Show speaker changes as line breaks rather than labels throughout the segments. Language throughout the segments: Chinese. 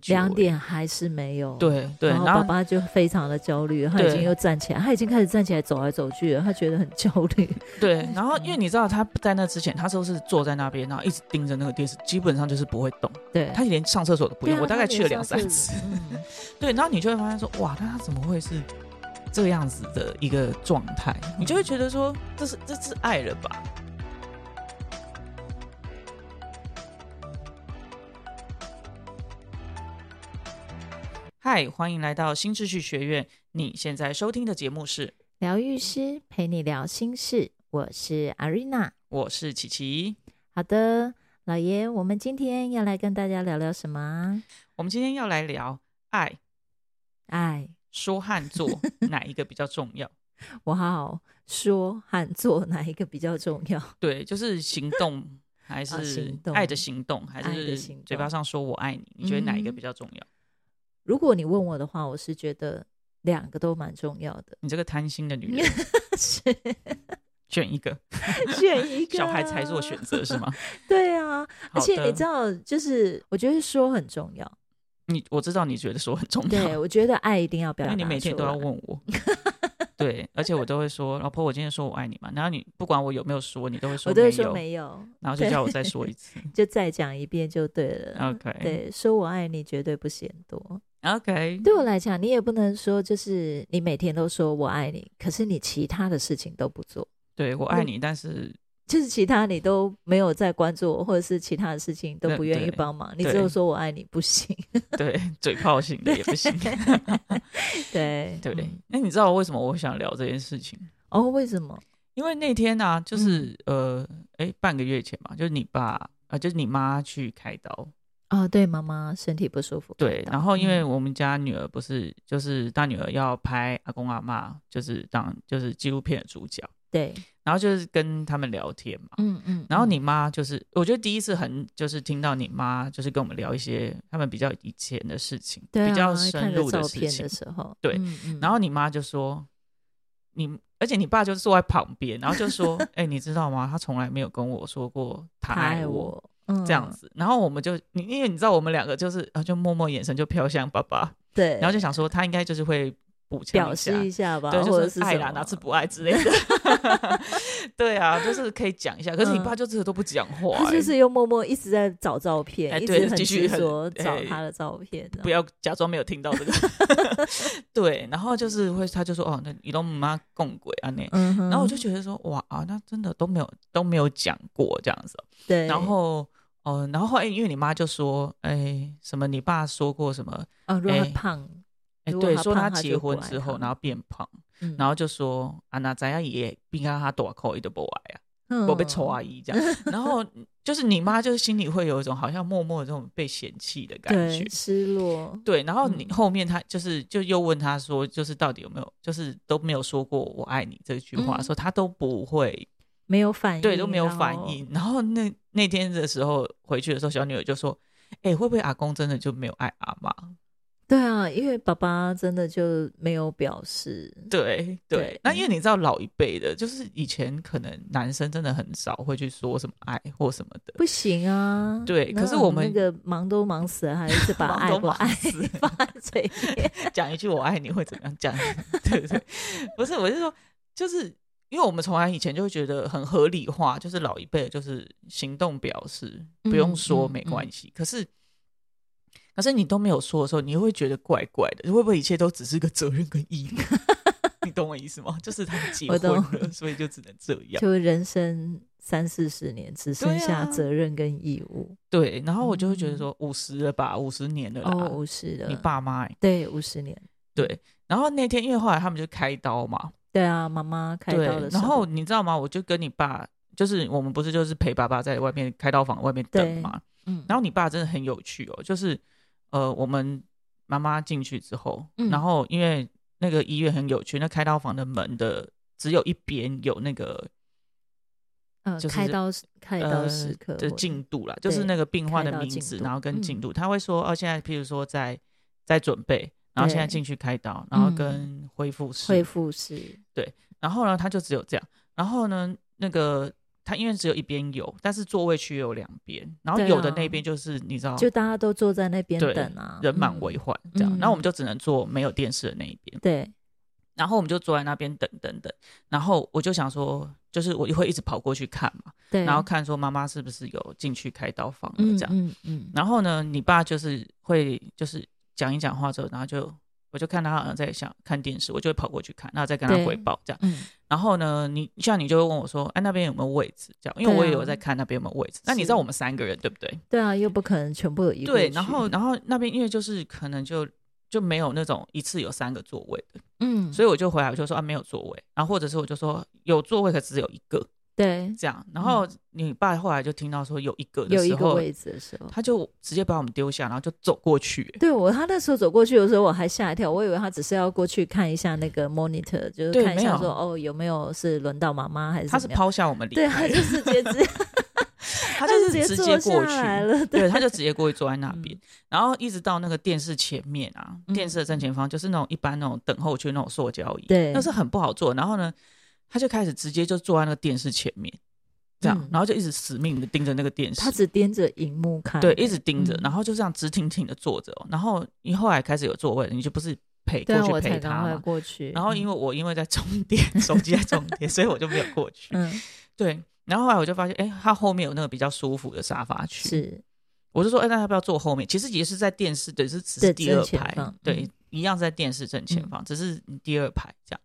觉。
两点还是没有。。
对对，
然后
然
爸
后
爸就非常的焦虑，他已
对
经又站起来，他已经开始站起来走来走去了，他觉得很焦 虑。嗯
对，然后因为你知道他在那之前，他都是坐在那边，然后一直盯着那个电视，基本上就是不会动，
对，
他连上厕所都不
对
用。
啊
我大概
他连
去了两
上
三
厕
次，
嗯
对，然后你就会发现说，哇，那他怎么会是这样子的一个状态？你就会觉得说，这是这是爱了吧？嗨，欢迎来到新秩序学院。你现在收听的节目是，
疗愈师陪你聊心事，我是阿瑞娜。
我是琪琪。
好的，老爷，我们今天要来跟大家聊聊什么啊？
我们今天要来聊爱，
哎，
说和 做哪一个比较重要？
我好说和做哪一个比较重要？
对，就是行动还
啊
是
行动
爱的行动，还
爱的
是
行
嘴巴
动
上说我爱你？你觉得哪一个
嗯
比较重要？，
如果你问我的话，我是觉得两个都蛮重要的
你这个贪心的女 人，
是
选一个，
选一个啊
小孩才做选择是吗？
对啊，
好
而且你
的
知道，就是我觉得说很重要，
你我知道你觉得说很重
对
要，
我觉得爱一定啊要表
因为
达出来，
你每天都要问我。对，而且我都会说，老婆，我今天说我爱你嘛。然后你不管我有没有说，你都会说
我都会
没
说
有，
没有，
然后就
对
叫我再说一次。
就再讲一遍就对了。
OK
对，说我爱你绝对不嫌多。
OK，
对我来讲，你也不能说就是你每天都说我爱你，可是你其他的事情都不做，
对我爱你，但是
就是其他你都没有在关注我，或者是其他的事情都
那
不愿意
对
帮忙，你
对
只有说我爱你不 行。
对嘴炮型的也不 行。
对
对
嗯，
那、哎你知道为什么我想聊这件事情？
哦，为什么？
因为那天呢、啊，
嗯
就是、呃，哎，半个月前嘛，就是你爸啊、呃就是你妈去开刀，
哦，对，妈妈身体不舒服看到。
对。然后因为
嗯
我们家女儿不是，就是大女儿要拍阿公阿妈，就是当就是纪录片的主角，
对，
然后就是跟他们聊天嘛。
嗯嗯，
然后
嗯
你妈就是，我觉得第一次很就是听到你妈就是跟我们聊一些他们比较以前的事情，
对啊
比较
看
深
着
入
照
事
片
情
的。时候，
对
嗯嗯
然后你妈就说：“你，而且你爸就坐在旁边，然后就说：‘ 哎、你知道吗？他从来没有跟我说过他
他
爱
爱
我。’
我，嗯
这样，子，然后我们就你，因为你知道我们两个就是啊，就默默眼神就飘向爸爸，
对，
然后就想说他应该就是会补强
表
一下，
示一下吧，
对，
或
就
者
是
什
爱啦，
么
哪次不爱之类 的， 对啊，就是可以讲一下。可是你
嗯
爸就真的都不讲话、
他就
欸
是又默默一直在找照片，
哎
一
对
直很
继续
执
很
着找
哎
他的照片，
不要假装没有听到 这个， 对，然后就是会他就说哦，那你都妈共轨啊那。
嗯哼，
然后我就觉得说，哇啊，那真的都没有都没有讲过这样子哦
对，
然后，哦、然后后来因为你妈就说，哎、什么你爸说过什么，
啊，如果他
哎
胖，
哎、
如果
对，
他
说
胖
他
他
结
就不
婚
爱
之后，
他
然后变胖，
嗯
然后就说啊，那咱家也比看他多口一都不爱啊，
后
我被抽阿姨这样，然后就是你妈就是心里会有一种好像默默的这种被嫌弃的感觉
对，。失落，
对，然后你
嗯
后面他就是就又问他说，就是到底有没有，就是都没有说过我爱你这句话，
嗯
说他都不会，
没有反应，
对，都没有
然
反
后
应。然后那那天的时候回去的时候，小女儿就说，哎、会不会阿公真的就没有爱阿妈？
对啊，因为爸爸真的就没有表示，
对对
对，嗯
那因为你知道老一辈的，就是以前可能男生真的很少会去说什么爱或什么的，
不行啊，
对可
那
是我
那
们
个忙都忙死了，还一 直把
忙
爱
都
不
忙
爱
死了
放在嘴边，
讲一句我爱你会怎么样？讲 对不对？不是，我是说，就是因为我们从来以前就会觉得很合理化，就是老一辈的就是行动表示，不用
嗯
说
嗯
没
嗯
关系。可是。可是你都没有说的时候，你会觉得怪怪的，会不会一切都只是个责任跟义 务？你懂我意思吗？就是他们结
我
婚
懂
了，所以就只能这样。
就人生三四十年只剩
对
下
啊
责任跟义务，
对，然后我就会觉得
嗯
说五十了吧，五十年了啦，
哦，五十了，
啊你爸妈、欸、
对五十年，
对。然后那天因为后来他们就开刀嘛，
对啊，妈妈开
对
刀的，时
然
候
后，你知道吗？我就跟你爸，就是我们不是就是陪爸爸在外面开刀房外面等
对
嘛，
嗯，
然后你爸真的很有趣哦，就是呃，我们妈妈进去之后，
嗯
然后因为那个医院很有趣，那开刀房的门的只有一边有那个
呃，
就是
开刀开刀
呃
时
的
刻或者
进度啦，就是
对
那个病患
开
的
刀
名
进
字，
度
然后跟
嗯
进度，他会说哦，现在譬如说在在准备，然后现在
对
进去开刀，然后
嗯
跟恢复室，
恢复是
然后呢他就只有这样，然后呢那个它因为只有一边有，但是座位区有两边，然后
对啊
有的那边就是、你知道
就大家都坐在那边
哦对
等啊，
人满
嗯
为患这样，然后我们
嗯
就只能坐没有电视的那一边，
对，
然后我们就坐在那边等等等，然后我就想说，就是我会一直跑过去看嘛，
对，啊
然后看说妈妈是不是有进去开刀房了
嗯
这样，
嗯嗯，
然后呢，你爸就是会就是讲一讲话之后，然后就我就看他好像在想看电视，我就会跑过去看，然后再跟他
对
汇报这样。
嗯，
然后呢，你像你就会问我说，哎，那边有没有位置？这样，因为
对啊
我也有在看那边有没有位置。那你知道
是
我们三个人对不对？
对啊，又不可能全部有一个
对，
区
然后然后那边因为就是可能就。就没有那种一次有三个座位的，
嗯，
所以我就回来我就说啊没有座位，然后或者是我就说有座位可只有一个
对，
这样，然后你爸后来就听到说有一个的
有一
时
个
候，
位置的时候，
他就直接把我们丢下，然后就走过去、欸
对我，他那时候走过去的时候，我还吓一跳，我以为他只是要过去看一下那个 monitor，就是
对
看一
没
下
有
说哦有没有是轮到妈妈还是
他
怎
是
么样？
抛下我们离
对，他
开，
就是直接 直接
他就是
直
直接
坐
过
下
去，
来了，
对，他就直接过去坐在那边，
嗯
然后一直到那个电视前面啊，
嗯
电视的正前方就是那种一般那种等候区那种塑胶椅，
对
那是很不好坐。然后呢，他就开始直接就坐在那个电视前面，这样，
嗯
然后就一直死命的盯着那个电视，
他只盯着荧幕看，
对，一直盯着，
嗯
然后就这样直挺挺的坐着哦、然后你后来开始有座位了，你就不是陪
对
过
啊，
去
我
陪
才
他
赶快
嘛。
过去。嗯
然后因
为
为我因为在充电，手机在充电，所以我就没有过去。
嗯
对，然后后来我就发现，哎，他后面有那个比较舒服的沙发区，
是
我就说，哎，那要不要坐后面？其实也是在电视，对，是只是
对
第二
正前
排
方，
对
嗯，
一样是在电视正前方，只是你第二排这样。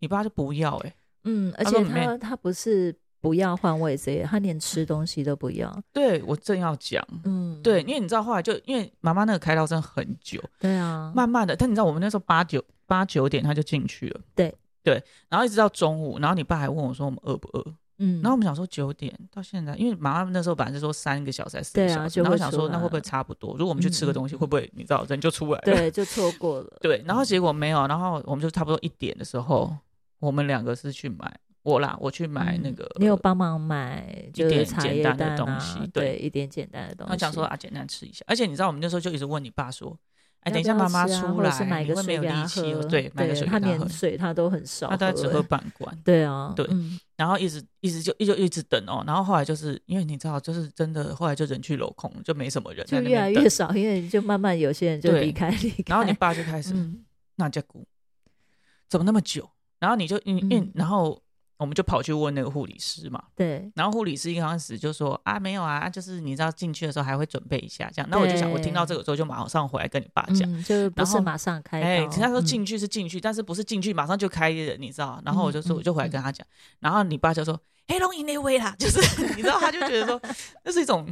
你爸就不要哎、
嗯，而
他说
且
里面
他他不是不要换位置耶，他连吃东西都不要，
对我正要讲，
嗯，
对，因为你知道后来就因为妈妈那个开刀真的很久，
对啊，
慢慢的，但你知道我们那时候八九八九点他就进去了，
对
对，然后一直到中午，然后你爸还问我说我们饿不饿，
嗯，
然后我们想说九点到现在，因为妈妈那时候本来是说三个小时还是四个
对
小
啊
时，
就
然后
会
想
出
说那
来
会不会
了
差不多？如果我们去吃个
嗯嗯
东西，会不会你知道人就出来了？
对就错过了，
对，然后结果没有，然后我们就差不多一点的时候，我们两个是去买我啦，我去买那
嗯
个，
你有帮忙买就
点
是茶
简
叶
单的
蛋啊，
东西对
对，一点简单的东西。
他想说啊简单吃一下，而且你知道我们那时候就一直问你爸说，哎，等一下
要不
妈妈
要吃啊
出
或者是
来，
买
你
个
会没
水
有
给他
力气
喝
哦，，对，买个水
他
给他喝
连，水他都很少喝
他
欸，
大概只喝半罐。
对啊，
对
嗯，
然后一直一直就一直一直等哦，然后后来就是因为你知道，就是真的后来就人去楼空，就没什么人
就
在那
越来
边
越
等。
少，因为就慢慢有些人就
对
离开离开，
然后你爸就开始、
嗯，
那家姑怎么那么久？然后你就因因、
嗯
然后我们就跑去问那个护理师嘛，
对，
然后护理师一开始就说啊没有啊，啊就是你知道进去的时候还会准备一下这样。那我就想，我听到这个之后就马上回来跟你爸讲。
嗯，就不
然
是
后
马上开
哎，
刀，
他说
嗯，
进去是进去，但是不是进去马上就开的，你知道？然后我就说，
嗯嗯
我就回来跟他讲，然后你爸就说黑龙营那位啦， 就是你知道，他就觉得说那是一种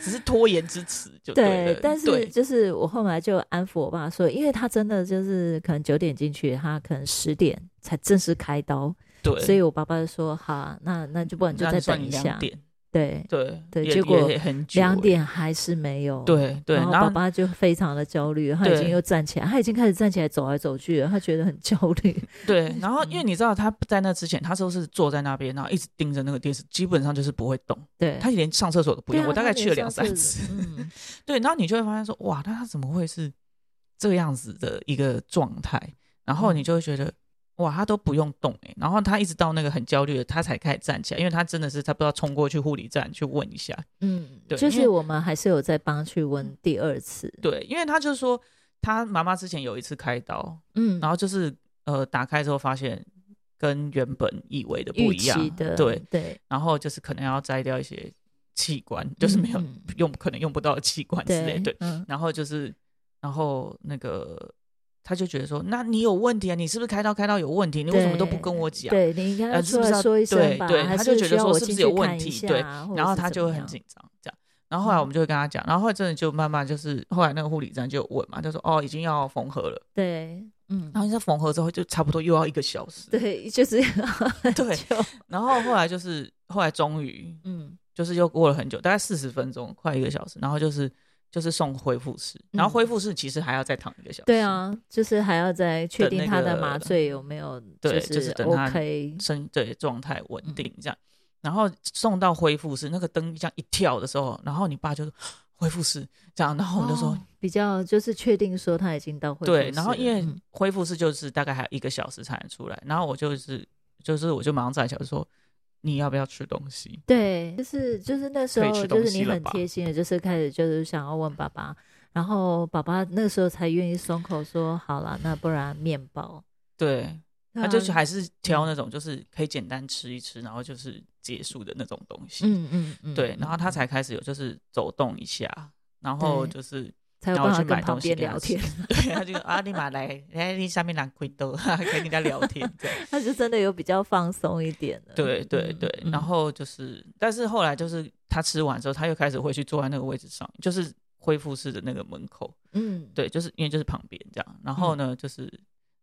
只是拖延之词，就
对
了，
但是
对
就是我后来就安抚我爸说，因为他真的就是可能九点进去，他可能十点才正式开刀，
对，
所以我爸爸就说好啊，那那就不然就
那
再
算
等一
你
下
两，点，
对，
对
对
也
结果
也很久
两
欸，
点还是没有，
对对，
然后
然
爸
后
爸就非常的焦虑，他已
对
经又站起来，他已经开始站起来走来走去了，他觉得很焦虑。 嗯
对，然后因为你知道他在那之前，他都是坐在那边，然后一直盯着那个电视，基本上就是不会动，
对，
他连上厕所都不
对
用。
啊
我大概
他连
去了两
上
三
厕
次，
嗯，
对，然后你就会发现说，哇，那他怎么会是这样子的一个状态？然后
嗯
你就会觉得，哇，他都不用动哎、然后他一直到那个很焦虑的，他才开始站起来，因为他真的是他不知道冲过去护理站去问一下，
嗯，
对
就
因为
是我们还是有在帮去问第二次，
对，因为他就说他妈妈之前有一次开刀，
嗯，
然
后
后就是呃打开之后发现跟原本以为的不
预
一样
期，的，
对，
对
然后就是可能要摘掉一些器官， 就是没有、
嗯嗯
用可能用不到的器官之类
对
的，对，
嗯，
然后就是，然后那个他就觉得说，那你有问题啊，你是不是开刀开刀有问题？你为什么都不跟我讲？
对你应该
呃
出
是不是
来
要
说一声
对
吧，
对
还
他就觉得
需要
说
我
是不
进
是有
去
问
看一
题
下
对
啊，或
然
者
后
是
他
怎
就
么
会很
样
紧张，这
嗯
样。然后后来我们就会跟他讲，然后后来真的就慢慢就是，后来那个护理站就有问嘛，就说哦已经要缝合了，
对，嗯
然，后在缝合之后就差不多又要一个小时，
对， 就是
对
就
然后后来就是后来终于
嗯，
就是又过了很久，大概四十分钟，快一个小时，然后就是就是送恢复室，
嗯
然后恢复室其实还要再躺一个小时，
对，啊，就是还要再确
等
定
那
他的
个
麻醉有没有
对就是是等他
OK，
身对状态
嗯
稳定这样，然后送到恢复室，那个灯这样一跳的时候，然后你爸就说恢复室这样，然后我就说、
哦比较就是确定说他已经到恢复
对，
室
然后
了
因为
嗯
恢复室就是大概还有一个小时才能出来，然后我就是就是我就马上站起来说。你要不要吃东西？
对，就是就是那时
可以
候
吃
就
东
是
西
你
了
很
吧
贴心的，就是开始就是想要问爸爸，然后爸爸那时候才愿意松口说好了，那不然面包，
对，
那嗯
他就是还是挑那种就是可以简单吃一吃，然后就是结束的那种东西。
嗯嗯嗯，
对，然后他
嗯
才开始有就是走动一下，然后
对
就是
才有
然后
办法
去买
跟旁
东西
边
给他
聊
吃
天，
对，他就啊，立马来，来你下面拿鬼 豆，跟人家聊天这 样。
他就真的有比较放松一点了，
对对
嗯
对，
嗯
然后就是，但是后来就是他吃完之后，他又开始会去坐在那个位置上，就是恢复室的那个门口。
嗯，
对，就是因为就是旁边这样，然后呢，就是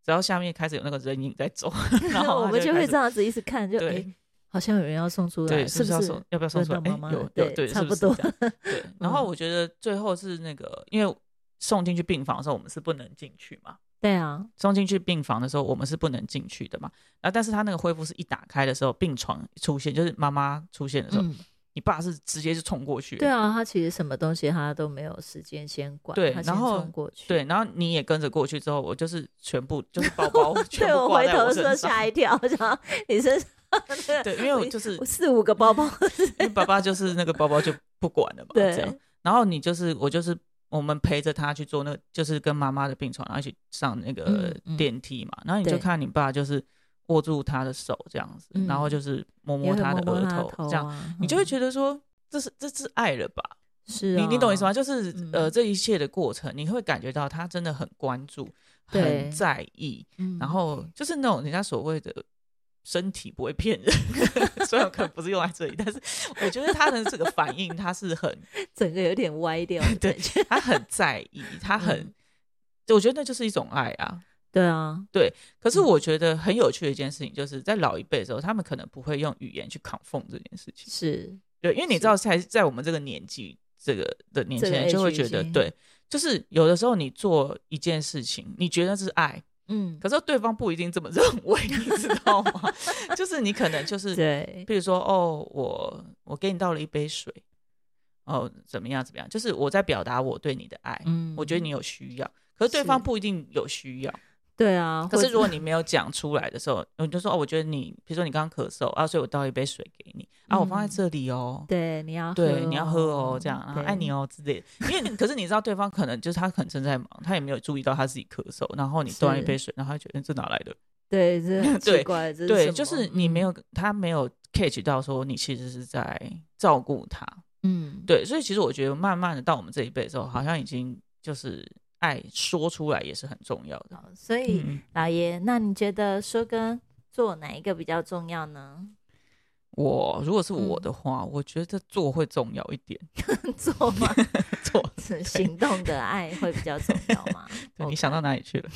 只要下面开始有那个人影在走， 然后
我
他
们就
开
会
始
这样子一直看，就哎、
对
诶好像有人要送出来，
对，
是
不
不
是要送？要不要送
轮
出来？
到
哎
妈妈
有
了
有
对
对，
差
是
不
是
多
这样对，然
嗯
后我觉得最后是那个，因为送进去病房的时候，我们是不能进去嘛。
对啊，
送进去病房的时候，我们是不能进去的嘛。然后，但是他那个恢复室一打开的时候，病床出现，就是妈妈出现的时候，
嗯，
你爸是直接就冲过去。
对啊，他其实什么东西他都没有时间先管，
对
他
然
先
后
冲过去，
对，然后你也跟着过去之后，我就是全部就是包 包全
对
部
我
挂
回
在
头的时候
身上
吓。一跳，然后你身上 那 个
对，因为我就是
我四五个包包，
因为爸爸就是那个包包就不管了嘛，
对
这样。然后你就是我就是我们陪着他去做那个，就是跟妈妈的病床，然后一起上那个
嗯嗯
电梯嘛。然后你就
对
看你爸就是握住他的手这样子，
嗯
然后就是摸
也
摸
会
他的
摸摸
额
他的
头，
头啊，
这样你就会
得
觉得说这是这是爱了吧？
是、啊，
你你懂我意思吗？？就是
嗯
呃这一切的过程，你会感觉到他真的很关注，
对
很在意，
嗯
然后就是那种人家所谓的身体不会骗人， 虽然可能不是用在这里，但是我觉得他的这个反应，他是很
整个有点歪掉的
对
感觉，
他很在意，他很
嗯，
我觉得那就是一种爱啊。
对啊，
可是
嗯
我觉得很有趣的一件事情，就是在老一辈的时候，他们可能不会用语言去 confirm 这件事情，
是，
对，因为你知道在，在我们这个年纪，这个的年轻
这
人
个
就会觉
age 已
得，
经
对，就是有的时候你做一件事情，你觉得这是爱，
嗯，
可是对方不一定这么认为，你知道 吗？就是你可能就是
对，
比如说，哦，我我给你倒了一杯水，哦，怎么样怎么样，就是我在表达我对你的爱，
嗯，
我觉得你有需要，可是对方
是
不一定有需要。
对啊，
可
或
是
者
如果你没有讲出来的时候，你就说，哦，我觉得你，比如说你刚刚咳嗽啊，所以我倒一杯水给你啊，我放在
嗯
这里哦。
对你要
对，你要喝哦，这样，然后
对
爱你哦之类的。因为你可是你知道，对方可能就是他可能正在忙，他也没有注意到他自己咳嗽，然后你端一
是
杯水，然后他觉得这哪来的？
对，这很奇
对
怪，这是什
对，
么嗯
就是你没，有，他没有 catch 到说你其实是在照顾他。
嗯，嗯，
对，所以其实我觉得慢慢的到我们这一辈之后，好像已经就是爱说出来也是很重要的。
好所以、
嗯，
老爷，那你觉得说跟做哪一个比较重要呢？
我如果是我的话，我觉得做会重要一点。
做吗？
做，
行动的爱会比较重要吗？
对
OK
你想到哪里去了？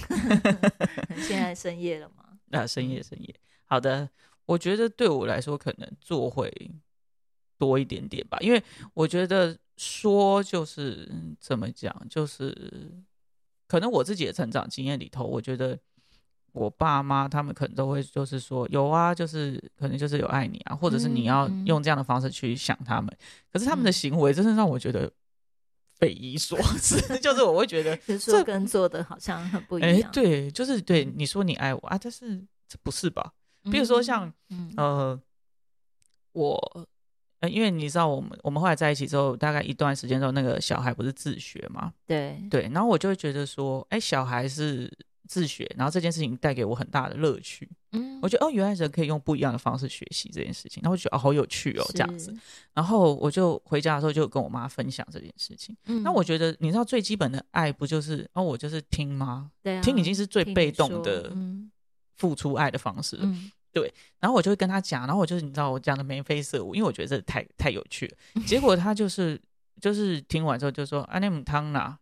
现在深夜了吗？
啊，深
嗯
夜深夜。好的，我觉得对我来说，可能做会多一点点吧，因为我觉得说就是嗯怎么讲，就是可能我自己的成长经验里头，我觉得我爸妈他们可能都会就是说有啊，就是可能就是有爱你啊，或者是你要
嗯嗯
用这样的方式去想他们。可是他们的
嗯
行为真的让我觉得匪夷所思， 就是我会觉得
就是说
这
跟做的好像很 不一
哎、
样。
对，就是对你说你爱我啊，但是这不是吧？
嗯，
比如说像
嗯，
呃，我呃，因为你知道我们我们后来在一起之后，大概一段时间之后，那个小孩不是自学嘛，
对
对，然后我就会觉得说，哎，小孩是自学，然后这件事情带给我很大的乐趣，
嗯
我觉得哦，原来人可以用不一样的方式学习这件事情，然后我觉得哦，好有趣哦，这样子
是，，
然后我就回家的时候就跟我妈分享这件事情。
嗯
那我觉得你知道最基本的爱不就是哦，我就是听吗？
对啊，
听已经是最
听你
被动
说
的呃
嗯
付出爱的方式了，
嗯，
然后我就会跟他讲，然后我就是你知道我讲的眉飞色舞，因为我觉得这太太有趣了。结果他就是就是听完之后就说啊，那母汤啦，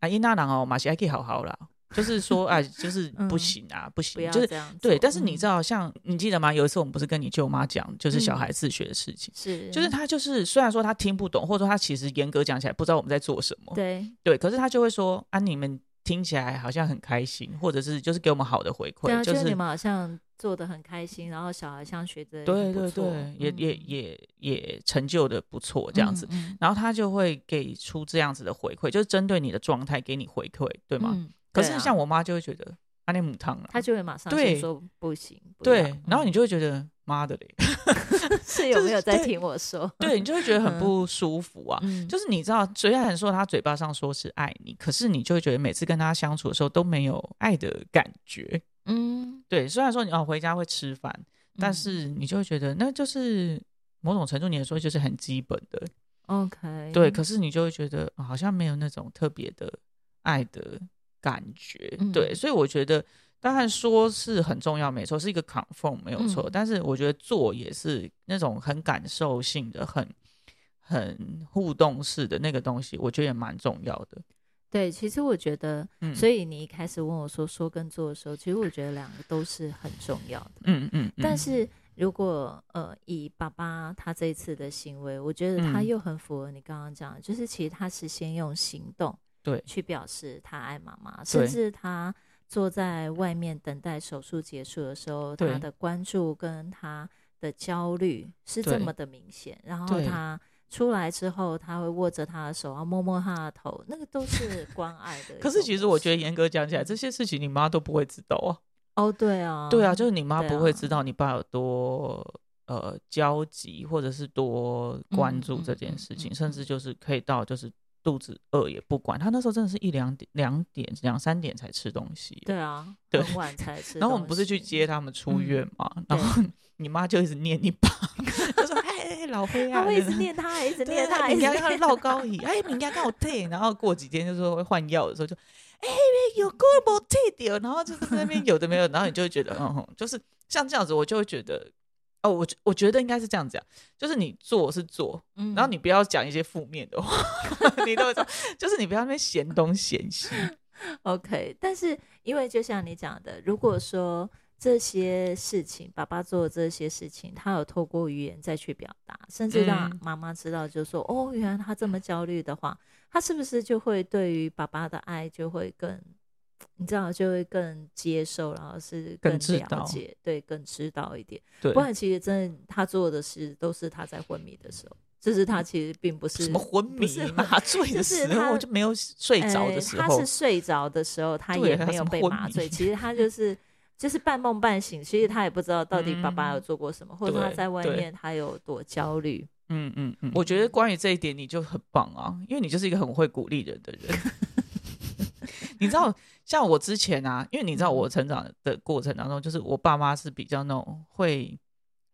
啊伊那郎哦，马西还可以好好啦，就是说 啊，就是
嗯
不行啊，不
不
行，
要
就是
这样做。
对。但是你知
道
道，像你记得吗？有一次我们不是跟你舅妈讲，就是小
嗯
孩自学的事情，
是
就是他就是虽然说他听不懂，或者说他其实严格讲起来不知道我们在做什么，
对
对，可是他就会说啊，你们听起来好像很开心，或者是就是给我们好的回馈，
对啊，
就
就是
是
你们好像做的很开心，然后小孩像学的
对对对，也也也也成就的不错这样子，，
嗯嗯
然后他就会给出这样子的回馈，就是针对你的状态给你回馈，对
嗯
吗？
嗯
可
对
是
啊
像我妈就会觉得。阿内母汤了，
他就会马上
对
先说不 行。不嗯要
对，然后你就会觉得妈的 嘞，
嗯是有没
就
有
是
在
对
听我说？
对你就会觉得很
嗯
不舒服啊。
嗯，
就是你知道，虽然说他嘴巴上说是爱你，可是你就会觉得每次跟他相处的时候都没有爱的感觉。
嗯，
对，虽然说你哦回家会吃饭，但
嗯
是你就会觉得那就是某种程度你来说就是很基本的，
嗯 OK，
对。可是你就会觉得、哦好像没有那种特别的爱的感觉，
嗯
对。所以我觉得，当然说是很重要，没错，是一个 confirm 没有错，
嗯
但是我觉得做也是那种很感受性的，很。很互动式的那个东西，我觉得也蛮重要的。
对，其实我觉得，
嗯，
所
以，
以你一开始问我说说跟做的时候，其实我觉得两个都是很重要的。
嗯嗯，嗯
但是如果呃，以爸爸他这一次的行为，我觉得他
嗯
又很符合你刚刚讲的，就是其实他是先用行动
对
去表示他爱妈妈，甚
对
至他坐在外面等待手术结束的时候，他
对
的关注跟他的焦虑是这
对
么的明显，然后
对
他。出来之后，他会握着他的手，然后摸摸他的头，那个都是关爱的一种 模式。
可是其实我觉得严格讲起来，这些事情你妈都不会知道啊。
哦，对啊，
对啊，就是你妈
对
不会
啊
知道你爸有多呃焦急，或者是多关
嗯
注
嗯
这件
嗯
事
嗯
情，
嗯
甚至就是可以到就是肚子饿也不管。他那时候真的是一两点、两点、两三点才吃东西。
对啊，
对
很晚才吃东西。
然后我们不是去接他们出
嗯
院嘛，然后 你妈就一直念你爸，她说：“哎，老灰啊，
他会一直
那个
念他，一直
对，
念他，
他
一
应
直
该
念
要
他
绕高椅，哎，人家跟我退，然后过几天就是会换药的时候就，哎，有够不退掉，然后就是在那边有的没有，然后你就会觉得，嗯，哼就是像这样子，我就会觉得，哦，我觉我觉得应该是这样讲，就是你做是做，
嗯
然后你不要讲一些负面的话， 你都说，就是你不要在那边嫌东嫌西，
OK，但是因为就像你讲的，如果说这些事情，爸爸做的这些事情，他有透过语言再去表达，甚至让
嗯
妈妈知道，就说、哦，原来他这么焦虑的话，他是不是就会对于爸爸的爱就会更，你知道，就会更接受，然后是
更知
了
道
解，对，更知道一点。
对
不，然其实真的他做的事都是他在昏迷的时候，就是他其实并不是
什么昏
不
迷
是、昏
麻醉
就
的
是
时
他
候，就没有睡着
呃
的时
他
候
是，睡着的时候，他
对
也
他
没
什
有
么
被
昏
麻
迷
醉，其实他就是就是半梦半醒，其实他也不知道到底爸爸有做过什么，或者他
嗯对
在外
对
面他有多焦虑。
嗯嗯嗯，我觉得关于这一点你就很棒啊，因为你就是一个很会鼓励人的人。 你知道，像我之前啊，因为你知道我成长的过程当中，就是我爸妈是比较那种会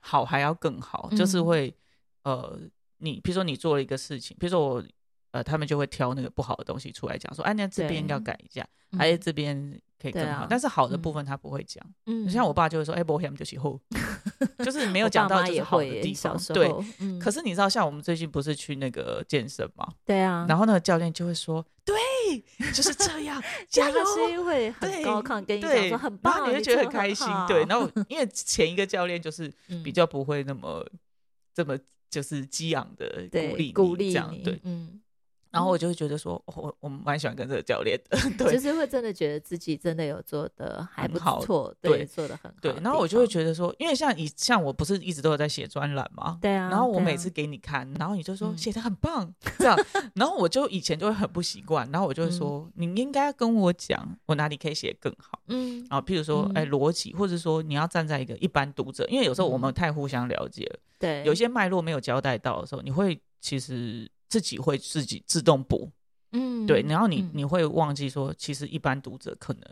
好还要更好，就是
嗯
会呃，你比如说你做了一个事情，比如说我呃，他们就会挑那个不好的东西出来讲，说哎、那这边
对
要改一下，
嗯
还是这边可以更
对
好，
啊
但是好的部
嗯
分他不会讲。
嗯
像我爸就会说，哎、我想就是 后，就是没有
我
讲
爸
到
妈
就是
也
好
会
的
耶
地
小
方，
时
对。
候，嗯，
可是你知道，像我们最近不是去那个健身嘛，
对啊，
然
后
后那个教练就会说：“对，就是这 样，加油。
声音 会很
对
高亢，”跟你讲
对，
说很
然
棒，
后你就
你
觉
做
得
得
很开心，
好
对。然后因为前一个教练就是比
嗯
较不会那么这么就是激昂的
对
鼓励
鼓
你
励
这样，对
你，。嗯，
然后我就会觉得说，哦我我蛮喜欢跟这个教练的， 对
就是会真的觉得自己真的有做的还
很
不
好
错，
对
做的很好的
对
地方。。
然后我就会觉得说，因为像以像我不是一直都有在写专栏嘛，
对啊，
然后我
对
每
啊
次给你看，然后你就说
嗯
写的很棒，这样，然后我就以前就会很不习惯，然后我就会
嗯
说、你应该跟我讲我哪里可以写得更好
嗯
啊，譬如说
嗯
哎逻辑，或者说你要站在一个一般读者，因为有时候我们
嗯
太互相了解了，
对，
有一些脉络没有交代到的时候，你会其实自己会自己自动补，
嗯
对，然后你、
嗯
你会忘记说，其实一般读者可能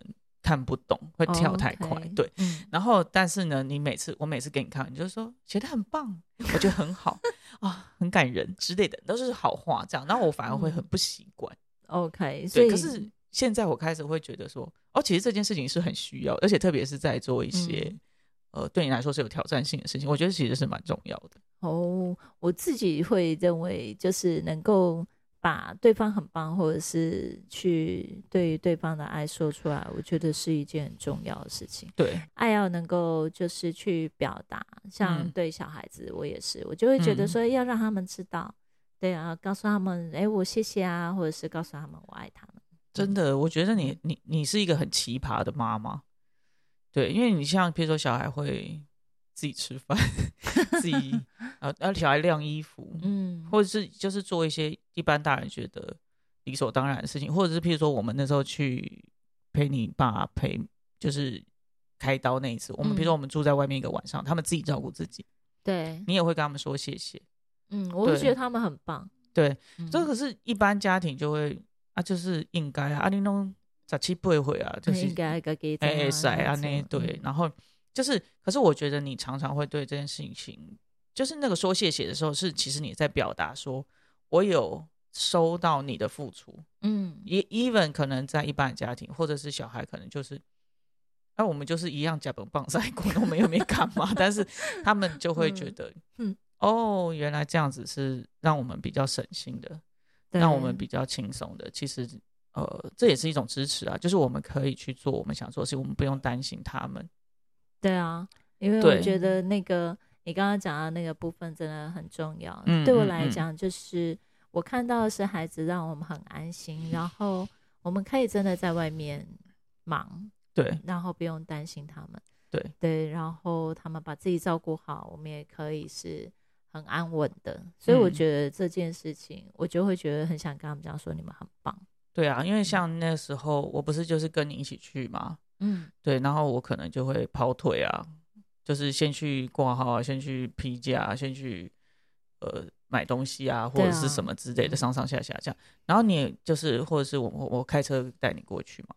看不懂，会跳太快，
哦 OK，
对。
嗯
然后，但是呢，你每次我每次给你看，你就说写的很棒，我觉得很好啊、很感人之类的，都是好话这样。然后我反而会很
嗯
不习惯，
，OK，所
对。
以
可是现在我开始会觉得说，哦，其实这件事情是很需要，而且特别是在做一些、
嗯
呃对你来说是有挑战性的事情，我觉得其实是蛮重要的。
哦，我自己会认为就是能够把对方很棒，或者是去对于对方的爱说出来，我觉得是一件很重要的事情。
对，
爱要能够就是去表达，像
嗯
对小孩子，我也是，我就会觉得
嗯
说要让他们知道，对啊，告诉他们，哎，我谢谢啊，或者是告诉他们我爱他
嗯
们。
真的，我觉得你你你是一个很奇葩的妈妈，对，因为你像比如说小孩会自己吃饭， 自己呃，让小孩晾衣服，
嗯，
或者是就是做一些一般大人觉得理所当然的事情，或者是譬如说我们那时候去陪你爸陪就是开刀那一次，我们
嗯
比如说我们住在外面一个晚上，他们自己照顾自己，
对，
你也会跟他们说谢谢。
嗯，我会
对
觉得他们很棒。
对
嗯，
这可是一般家庭就会啊，就是应该啊，啊你弄十七八岁啊，就
那
是
应该该给
哎哎塞啊那
那
对，然后就是，可是我觉得你常常会对这件事情，就是那个说谢谢的时候，是其实你在表达说我有收到你的付出，
嗯
也，E，even 可能在一般的家庭或者是小孩，可能就是，那、我们就是一样甲苯棒塞过， 我们又没干嘛，但是他们就会觉
嗯
得，
嗯
哦，原来这样子是让我们比较省心的，
对
让我们比较轻松的。其实，呃，这也是一种支持啊，就是我们可以去做我们想做的事，我们不用担心他们。
对啊，因为我
对
觉得那个你刚刚讲到那个部分真的很重要。
嗯
对我
嗯
来
嗯
讲，就是我看到的是孩子让我们很安心，然后我们可以真的在外面忙，
对
然后不用担心他们。
对
对，然后他们把自己照顾好，我们也可以是很安稳的。所以我
嗯
觉得这件事情，我就会觉得很想跟他们讲说，你们很棒。
对啊，因为像那时候我不是就是跟你一起去嘛，
嗯，
对，然后我可能就会跑腿啊，就是先去挂号啊，先去批假、啊，先去呃买东西啊，或
对啊
者是什么之类的，
嗯
上上下下这样。然后你也就是或者是我我我开车带你过去嘛，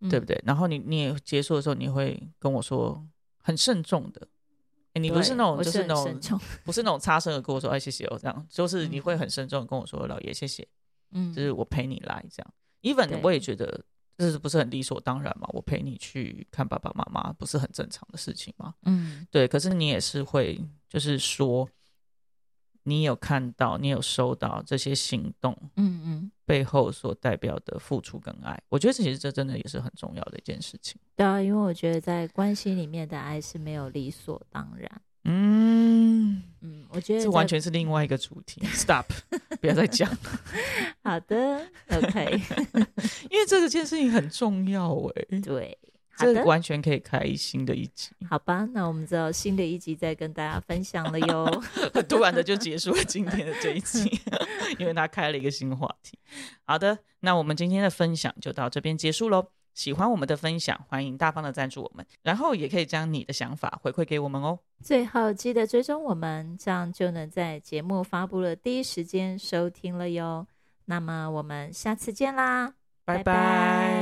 嗯
对不？对？然后你你也结束的时候，你会跟我说很慎重的。诶你不是
对
那种
我
就是
很
那种
慎重
不是那种擦身而过说哎谢谢哦这样，就是你
嗯
会很慎重地跟我说老爷谢谢，
嗯，
就是我陪你来这样。even
对
我也觉得这是不是很理所当然嘛？我陪你去看爸爸妈妈，不是很正常的事情吗？
嗯，
对，可是你也是会，就是说，你有看到，你有收到这些行动
嗯嗯，
背后所代表的付出跟爱，我觉得其实这真的也是很重要的一件事情。
对啊，因为我觉得在关系里面的爱是没有理所当然。
嗯，
嗯，我觉得
这完
在
全是另外一个主 题。Stop，不要再讲，
好的。OK，
因为这个件事情很重要哎、
对，好
这
的，
完全可以开新的一集。
好吧，那我们只有新的一集再跟大家分享了哟。
很突然的就结束了今天的这一期， 因为他开了一个新话题。好的，那我们今天的分享就到这边结束喽。喜欢我们的分享，欢迎大方的赞助我们，然后也可以将你的想法回馈给我们哦。
最后记得追踪我们，这样就能在节目发布的第一时间收听了哟。那么我们下次见啦，
拜
拜拜